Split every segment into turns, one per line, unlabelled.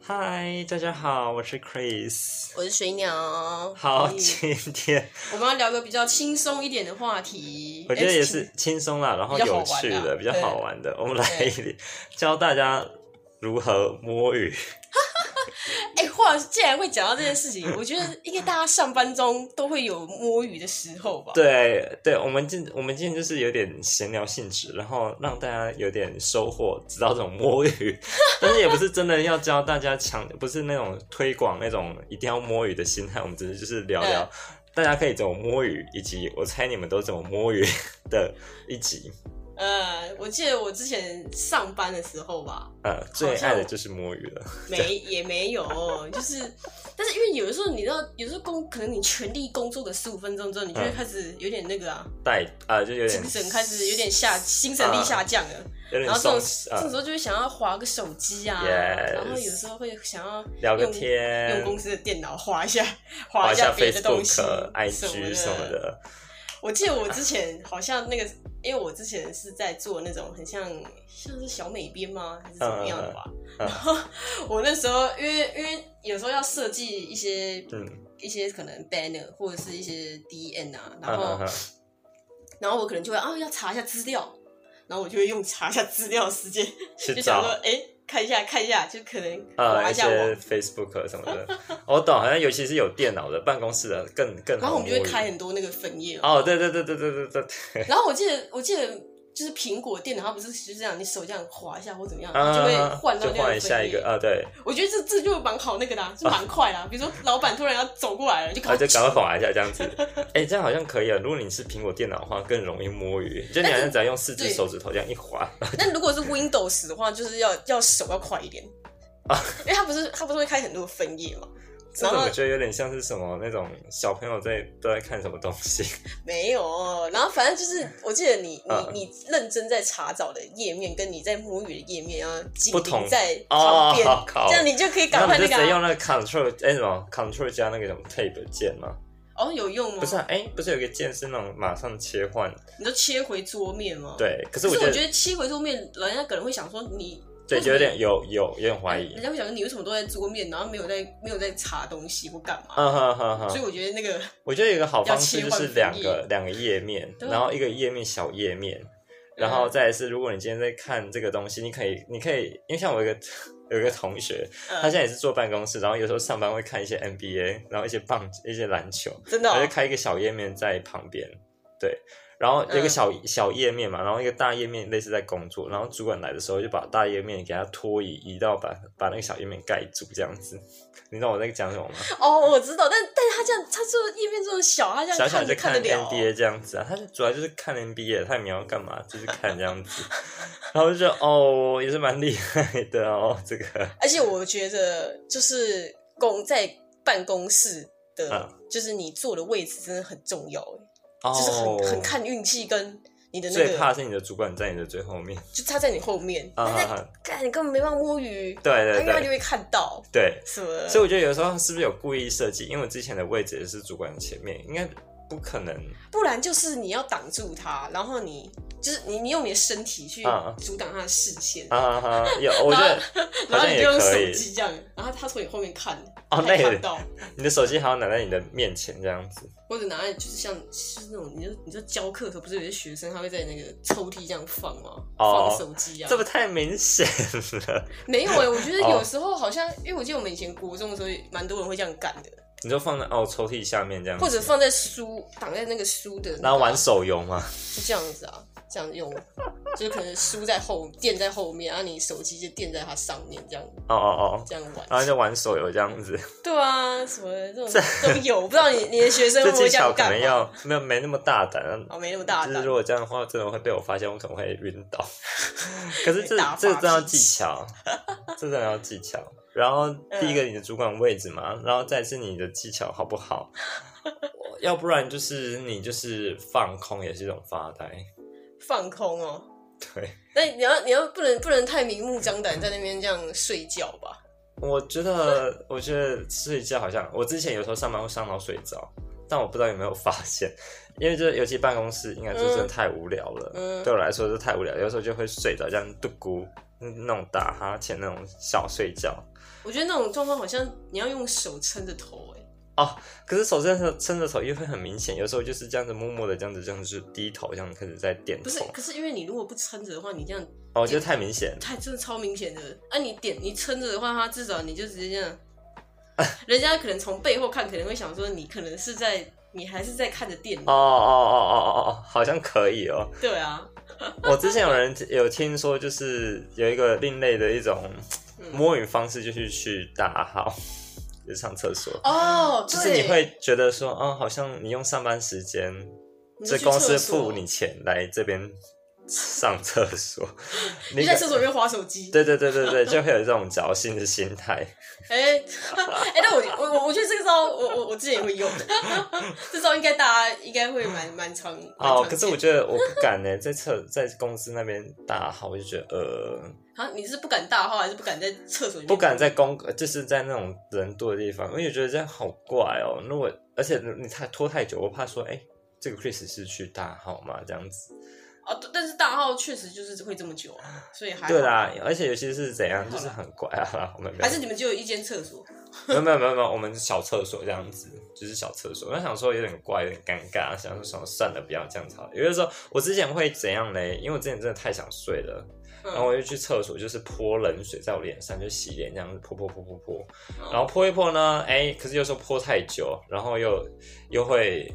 嗨，大家好，我是 Chris。
我是水鸟。
好，
嗯
今天
我们要聊个比较轻松一点的话题。
我觉得
哎
也是轻松啦，然后有趣的，比
比
较
较
好啊
好
玩的，我们来教大家如何摸鱼。
哎、话既然会讲到这件事情，我觉得应该大家上班中都会有摸鱼的时候吧。
对对，我们今我们今天就是有点闲聊性质，然后让大家有点收获，知道这种摸 鱼，但是也不是真的要教大家强，不是那种推广那种一定要摸鱼的心态，我们只是就是聊聊。大家可以怎么摸鱼，以及我猜你们都怎么摸鱼的一集。
呃，我记得我之前上班的时候吧，
呃，最
像
爱的就是摸鱼了。
没也没有，就是，但是因为有的时候你知道，有时候工可能你全力工作个十五分钟之后，你就会
嗯
开始有点那个啊，
带啊，就有点
精神开始有点下精神力下降了。
啊有点
然后
松
这种
弛
这种
啊，
时候就会想要划个手机啊
Yes
然后有时候会想要
聊个
用
天
用，公司的电脑 划一下，
滑
划
嗯一
下别的
Facebook、
东西
IG 什么
的。
的，
我记得 我之前好像那个，因为我之前是在做那种很像像是小美编吗，还是怎么样的吧。
嗯嗯嗯
然后我那时候因为因为有时候要设计一些、
嗯，
一些可能 banner 或者是一些 DN 啊，然后、
嗯嗯嗯
然后我可能就会啊要查一下资料，然后我就会用查一下资料的时间
去
就想说
找，
哎、看一下看一下，就可能
呃
划
一
一下网，
些 Facebook 什么 的，哦我懂，好像尤其是有电脑的办公室的更更
然
好
后我
摸
们
鱼。
就会开很多那个分页嘛。
哦，对对对对对对对对，
然后我记得我记得就是苹果电脑，它不是就是这样，你手这样划一下或怎么样，
啊
它就会换到
就
那
换
个
下
分
一
页
个。啊，对，
我觉得这这就蛮好那个的啊，就蛮快啦。比如说老板突然要走过来了，就
啊
赶
就
快
赶快划一下这样 子，哎，这样好像可以啊。如果你是苹果电脑的话，更容易摸鱼，就你好像只要用四只
对
手指头这样一划，
那如果是 Windows 的话，就是要要手要快一点
啊
因为它不是它不是会开很多分页嘛？
这
然
种
后
我觉得有点像是什么那种小朋友在都在看什么东西。
没有，然后反正就是我记得你
啊
你你认真在查找的页面，跟你在摸鱼的页面要紧
不同
邻在
哦
旁边，
靠
这样你就可以
那
赶
我
快
们就
那
直接
个啊、
用那个 Control 哎、什么 Control 加那个什么 Tab 键吗？
哦，有用吗？
不是、啊，哎、不是有一个键是那种马上切换？
你就切回桌面吗？。
对，可是我
可是
觉
我
得
觉得切回桌面，人家可能会想说你，哎
对，就有点有有有点怀疑
人。家会想说你为什么都在桌面，然后没有在没有在查东西或干嘛？
嗯哼哼
所以
哼，
我觉得那个
我觉得有一个好方式
要切
就
换
是
分
两
页
个两个页面，
对嗯
然后一个页面小页面，然后再来是如果你今天在看这个东西，你可以你可以，因为像我有一个有一个同学， 他现
呃，
在也是坐办公室，然后有时候上班会看一些 NBA，然后一些棒一些篮球，
真的
我
哦、
就开一个小页面在旁边，对，然后有一个
嗯
小、小页面嘛，然后一个大页面类似在工作，然后主管来的时候就把大页面给他拖移移到把把那个小页面盖住这样子， 你知道我在讲什么吗？
哦，我知道，但但是他这样，他做页面这么小，他这样
小
看
小就
你看得了哦、
NBA 这样子啊，他就主要就是看 NBA，他也没有干嘛，就是看这样子， 然后就觉得哦也是蛮厉害的哦，这个
而且我觉得，就是公在办公室的，
嗯
就是你坐的位置真的很重要，欸
哦
就是很很看运气跟你的那
最怕
个，
是你的主管在你的最后面
就他在你后面，
啊
他
啊，
在
啊
干你根本没办法摸鱼，
对对
他因为他就
对
会看到
对。
什么的。
所以我觉得有时候是不是有故意设计？因为我之前的位置也是主管前面，应该不可能。
不然就是你要挡住他，然后你就是你你用你的身体去
啊
阻挡他的视线，
啊哈， 有，我觉得好
然后
像
你
也
就用
可
手
以。
机这样，然后他从你后面看，
哦
他
那
也
也
看到。
你的手机还要拿在你的面前这样子。
或者拿来就是像就是那种，你就你就教课的时候，不是有些学生他会在那个抽屉这样放吗？
哦
放手机啊？
这不太明显了。
没有 哎、我觉得
哦
有时候好像，因为我记得我们以前国中的时候，蛮多人会这样干的，
你就放在哦抽屉下面这样子，
或者放在书挡在那个书的那个啊，
然后玩手游嘛。
就这样子啊，这样用，就是可能书在后垫在后面，然后你手机就垫在它上面，这样
哦哦哦，
这样玩。
然后就玩手游这样子。
对啊，什么这种都 有，我不知道你你的学生会
这
不
技
会这
巧
样
可
干
能
嘛？
要没有没那么大胆啊。
哦，没那么大
就是
胆
如。果这样的话，真的会被我发现，我可能会晕倒。 可是这
大发
这个真的要
脾
技
气
巧，这真的要技巧。然 后
嗯
第一个你的主管位置嘛，然后再是你的技巧好不 好？要不然就是你就是放空也是一种发呆，
放空哦，
对。
那你要你要不能不能太明目张胆在那边这样睡觉吧？
我觉得，我觉得睡觉好像我之前有时候上班会上到睡着，但我不知道有没有发现，因为就是尤其办公室应该就是真的太无聊了，
嗯
对我来说是太无聊，有时候就会睡着，这样嘟咕嗯那种打哈欠那种小睡觉。
我觉得那种状况好像你要用手撑着头、欸，哎，
可是手撑着撑着手又会很明显，有时候就是这样子默默的这样子，这样子低头这样开始在点
不是
头，。
可是因为你如果不撑着的话，你这样
哦，我觉得太明显。
太真的超明显的。啊，你点你撑着的话，他至少你就直接 这样，人家可能从背后看，可能会想说你可能是在你还是在看着电
哦
脑。
哦哦哦哦哦，好像可以哦。
对啊，
我之前有人有听说，就是有一个另类的一种
嗯
摸鱼方式，就是去打号，就是上厕所。
哦，
就是你会觉得说，哦，好像你用上班时间，
你
这
就去
公司
厕所
付你，钱来这边上厕 所，
你在厕所里面划手机。
对对对对对，就会有这种侥幸的心态。
哎 哎，但我我我我觉得这个招我我我之前也会用， 这招应该大家应该会蛮蛮常蛮
哦，
常
可是我
见
觉得我不敢呢、在厕在公司那边大号，我就觉得呃，
啊，你是不敢大号还是不敢在厕所里面？
不敢在公，就是在那种人多的地方，我也觉得这样好怪哦。如果而且你太拖太久，我怕说，哎、这个 Chris 是去大号嘛，这样子。
哦，对但是大号确实就是会这么久啊，所以还好
对啦，而且尤其是怎样，
还好
就
啦
是很怪啊。我们没有
还是你们就有一间厕所，
没有没有没有没有，我们是小厕所这样子，就是小厕所。我想说有点怪，有点尴尬，想说想算了，不要这样子好了。有的时候我之前会怎样嘞？因为我之前真的太想睡了，
嗯
然后我就去厕所，就是泼冷水在我脸上，就洗脸这样子泼泼泼泼泼，
嗯
然后泼一泼呢，哎、可是有时候泼太久，然后又又会。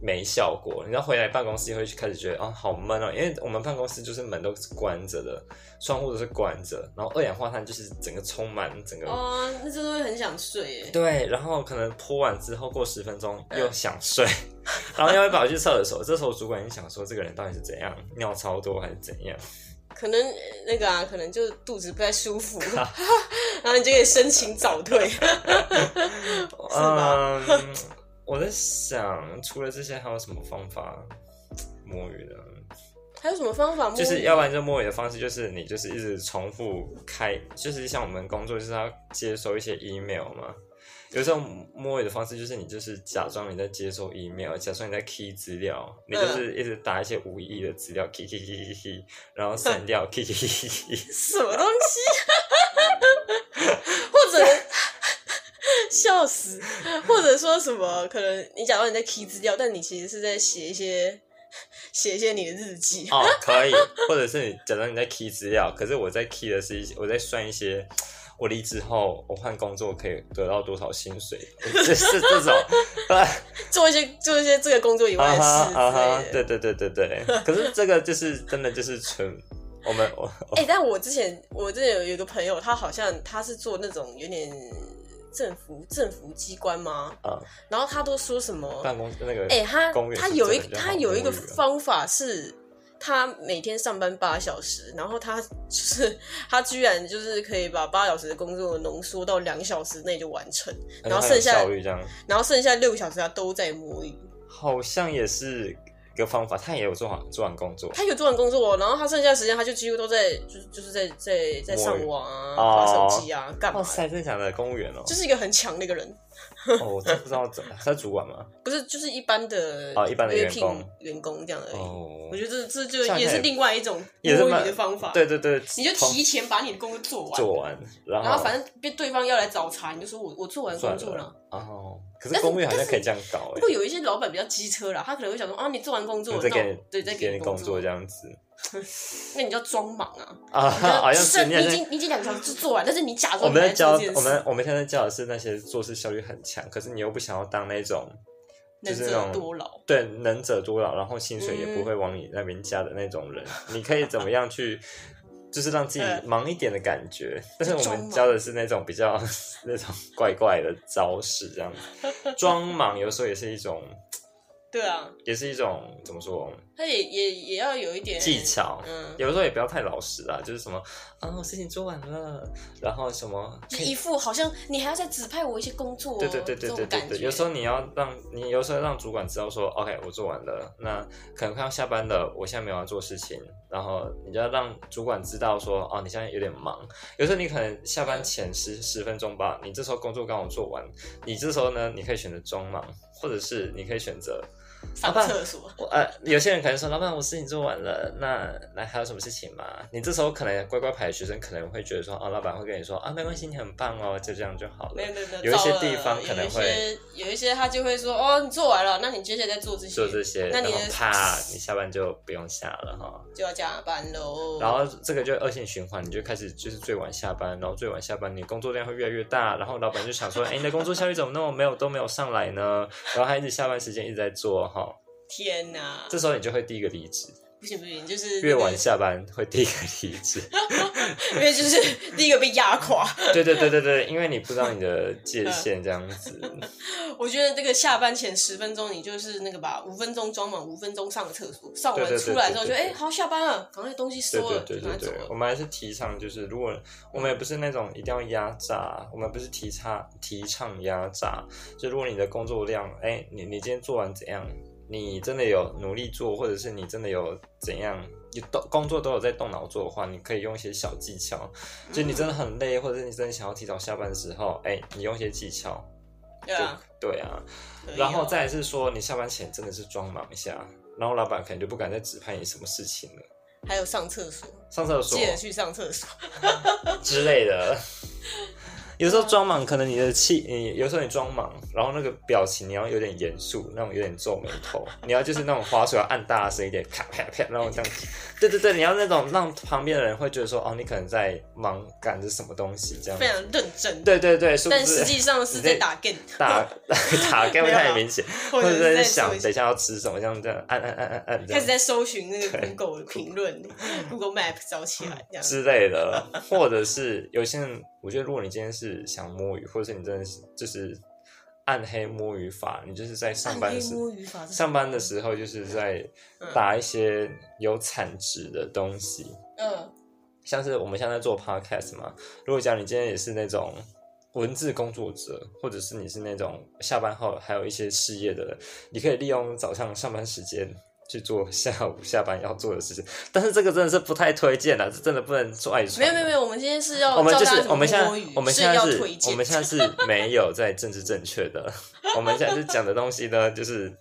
没效果，你知道回来办公室会开始觉得啊好闷哦，因为我们办公室就是门都是关着的，窗户都是关着，然后二氧化碳就是整个充满整个
哦，那真的会很想睡哎。
对，然后可能泼完之后过十分钟又想睡，然后又会跑去厕所。这时候主管就想说，这个人到底是怎样，尿超多还是怎样？
可能呃那个啊，可能就肚子不太舒服， 然后你就可以申请早退。 吧
嗯，我在想，除了这些还有什么方法摸鱼的？
还有什么方法摸鱼？
就是要不然就摸鱼的方式，就是你就是一直重复开，就是像我们工作就是要接收一些 email 嘛。有时候摸鱼的方式就是你就是假装你在接收 email，假装你在 key 资料，你就是一直打一些无意义的资料，key key key key key，然后删掉 key key key key key。
什么东西， 或者笑死，或者说什么？可能你假装你在 key 资料，但你其实是在写一些写一些你的日记。
哦，可以，或者是你假装你在 key 资料，可是我在 key 的是一些我在算一些。我离职后，我换工作可以得到多少薪水？这是这种，
做一些做一些这个工作以外
啊
的
哈
事之类的。
啊哈，对对对对 对。可是这个就是真的就是纯我们 我
哎、但我之前我之前有有一个朋友，他好像他是做那种有点政府政府机关吗？
啊
然后他都说什么？
办公那个
哎、他
公务员
他
是
有一
真的比较好
他有一个
公啊务员
方法是，他每天上班八小时，然后他就是他居然就是可以把八小时的工作浓缩到两小时内就完成，然后
很有
剩下
效率这样，
然后剩下六个小时他都在摸鱼。
好像也是一个方法。他也有做好做完工作
他有做完工作哦，然后他剩下的时间他就几乎都在就是就是在在在上网
摸
啊、
鱼哦
划手机啊、干嘛
哇
的，
塞，真的假的？公务员哦，
就是一个很强的一个人。
哦，我真不知道怎么，他是主管 吗？
不是，就是一般的
哦一般的
约
员
聘
工
员工这样而已。
哦
我，觉得这这就
这样
也
可
是
以
另外一种摸
也是
鱼
蛮
的方法。，
对对对，
你就
同
提前把你的工作
做
做完，
完，然
然后
后
反正被对方要来找茬，你就说我我做完工
算
作了。
哦。可
但
是
是
公务员好像可以这样搞
不
哎
过。有一些老板比较机车啦，他可能会想说啊，你做完工作，
我
了，
再
那
给
我
你，
对，再
给
你
工
作
作这，样子
那你叫装忙啊！
啊，好像是
你
你好
就你已
像
经你已经两个小时做完，但是你假
我
装你
们在
还
教
做这件事
我们我们现在教的是那些做事效率很强，可是你又不想要当那种就
能
是那
者
种
多劳，
对能者多劳，然后薪水也
嗯
不会往你那边加的那种人，你可以怎么样去？就是让自己
呃
忙一点的感觉，但是我
装
们
忙
教的是那种比较那种怪怪的招式，这样子装忙有时候也是一种，
对啊，
也是一种怎么说
他也也也要有一点
技，巧。
嗯，
有时候也不要太老实啦，就是什么啊，我事情做完了，然后什么
就一副好像你还要再指派我一些工作、哦，
对对对对
这
对
种
对
感
对，
觉。
有时候你要让你有时候让主管知道说，OK，我做完了，那可能快要下班了，我现在没有要做事情，然后你就要让主管知道说，哦，你现在有点忙。有时候你可能下班前十十分钟吧，你这时候工作刚好做完，你这时候呢，你可以选择装忙，或者是你可以选择
上
爸
厕所。
我呃，有些人可能说，老板，我事情做完了，那那还有什么事情吗？你这时候可能乖乖牌的学生可能会觉得说，哦，老板会跟你说啊，没关系，你很棒哦，就这样就好了
没有。没有没有，
有一些
糟了
地方可能会
有一些有一些他就会说哦，你做完了，那你接下来再做这些，
做这些，
那
然
你
后
的哦
啪，你下班就不用下了哈。
就要加班喽。
然后这个就恶性循环，你就开始就是最晚下班，然后最晚下班，你工作量会越来越大，然后老板就想说，哎，你的工作效率怎么那么没有都没有上来 呢？然后他一直下班时间一直在做哈，
天哪，
这时候你就会第一个离 职，
不行不行，就是
越晚
那
下班会第一个离职。
个， 因为就是第一个被压垮。
对对对对对，因为你不知道你的界限这样子，
我觉得这个下班前十分钟，你就是那个吧，五分钟装满，五分钟上个厕所，上
对
完
对对
出来之后就
对对
哎、
对
好下班了，赶快东西
对
收
对
了，
对
就
对
赶快走啊
对，
了。
我们还是提倡就是，如果我们也不是那种一定要压榨，我们不是提倡提倡压榨，就如果你的工作量，哎，你你今天做完怎样，你真的有努力做，或者是你真的有怎样。你动工作都有在动脑做的话，你可以用一些小技巧。就你真的很累，或者是你真的想要提早下班的时候，哎、你用一些技巧。
对啊，
对啊，
可以
然后
哦
再来是说，你下班前真的是装忙一下，然后老板可能就不敢再指派你什么事情了，
还有上厕所，
上厕所
记得去上厕所。
之类的。 有时候装忙，可能你的气，你有时候你装忙，然后那个表情你要有点严肃，那种有点皱眉头， 你要就是那种滑手要按大声一点，咔啪啪，然后这样，对对对，你要那种让旁边的人会觉得说，哦，你可能在忙赶着什么东西这样
非。常认真，
对对对，是不
但实
是
际上是在打 game，
打打该不
没有
太
啦
明显，
或
或者
是
是在
在
想
搜
等一下要吃什么，这样这样按按按按按这
开
样
始在搜寻那个
对
Google 的评论，Google Map 找起来这样。
之类的，或者是有些人，我觉得如果你今天是想摸鱼，或者是你真的是就是暗黑摸鱼法，你就是在上班的时
暗黑摸鱼嗯法是什么
上班的时候就是在打一些有产值的东西，
嗯，
像是我们现在在做 podcast 嘛，如果讲你今天也是那种文字工作者，或者是你是那种下班后还有一些事业的人，你可以利用早上上班时间去做下午下班要做的事情。但是这个真的是不太推荐的，这真的不能做爱
没有没有没有，我们今天是要
我们就
教大
是
家
我们现
怎
在
么摸鱼
我们
是
现在
要
是
推，荐
我们现在 是没有在政治正确的，我们现在是讲的东西呢，就是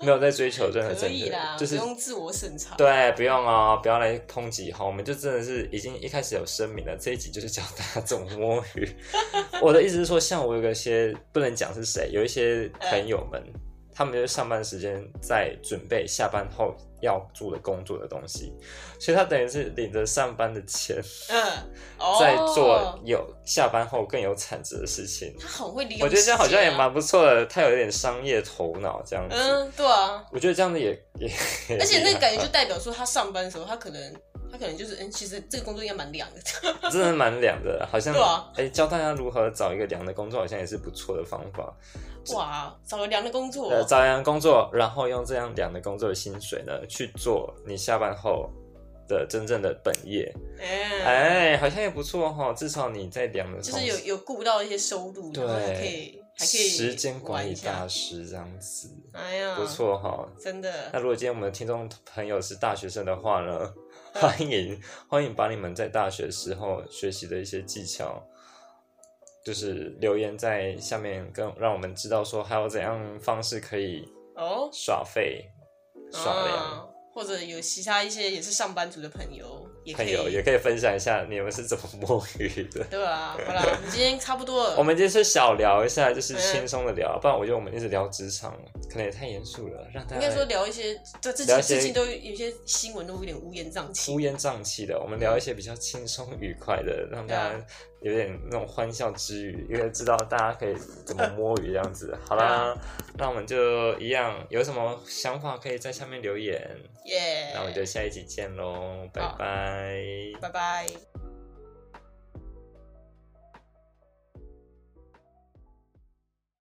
没有在追求任何
可
正
以
确
啦，，
就是
不用自我审查。
对，不用哦，不要来抨击哈，我们就真的是已经一开始有声明了，这一集就是教大家怎么摸 鱼。我的意思是说，像我有个些不能讲是谁，有一些朋友们，他们就是上班时间在准备下班后要做的工作的东西，所以他等于是领着上班的钱，
嗯，哦
在做有下班后更有产值的事情。
他很会利用、啊
我觉得这样好像也……蛮不错的，他有一点商业头脑这样子。
嗯，对啊，
我觉得这样子也也，
而且那感觉
嗯
就代表说他上班的时候，他可能他可能就是嗯，其实这个工作应该蛮凉的。
真的蛮凉的，好像
对啊
哎、教大家如何找一个凉的工作，好像也是不错的方法。
哇，找了凉的工作，
呃，找凉工作，然后用这样凉的工作的薪水呢，去做你下班后的真正的本业，
哎、
哎、好像也不错哈。至少你在凉的
就
同
是有有顾到一些收入，
对
然后还可以还可以
时间管
玩
理
一
大
下，
师这样子，
哎呀，
不，错哈。
真的
那。如果今天我们的听众朋友是大学生的话 呢，欢迎欢迎把你们在大学时候学习的一些技巧，就是留言在下面跟让我们知道说还有怎样方式可以
哦，
耍废耍
啊
凉。
或者有其他一些也是上班族的朋友，也可
朋
以，
友也可以分享一下你们是怎么摸鱼 的。
对啊，好啦，我们今天差不多了，
我们今天是小聊一下，就是
嗯
轻松的聊，不然我觉得我们一直聊职场可能也太严肃了，让大
应该说
家
聊一些，对，最
聊
近
一些
最近都有些新闻都有点乌烟瘴气
乌，烟瘴气的。我们聊一些比较轻松愉快的，让大
对啊
家有点那种欢笑之余，因为知道大家可以怎么摸鱼这样子。好啦，
啊
那我们就一样，有什么想法可以在下面留言。
耶，
那我们就下一集见喽，拜
好
拜。
拜拜。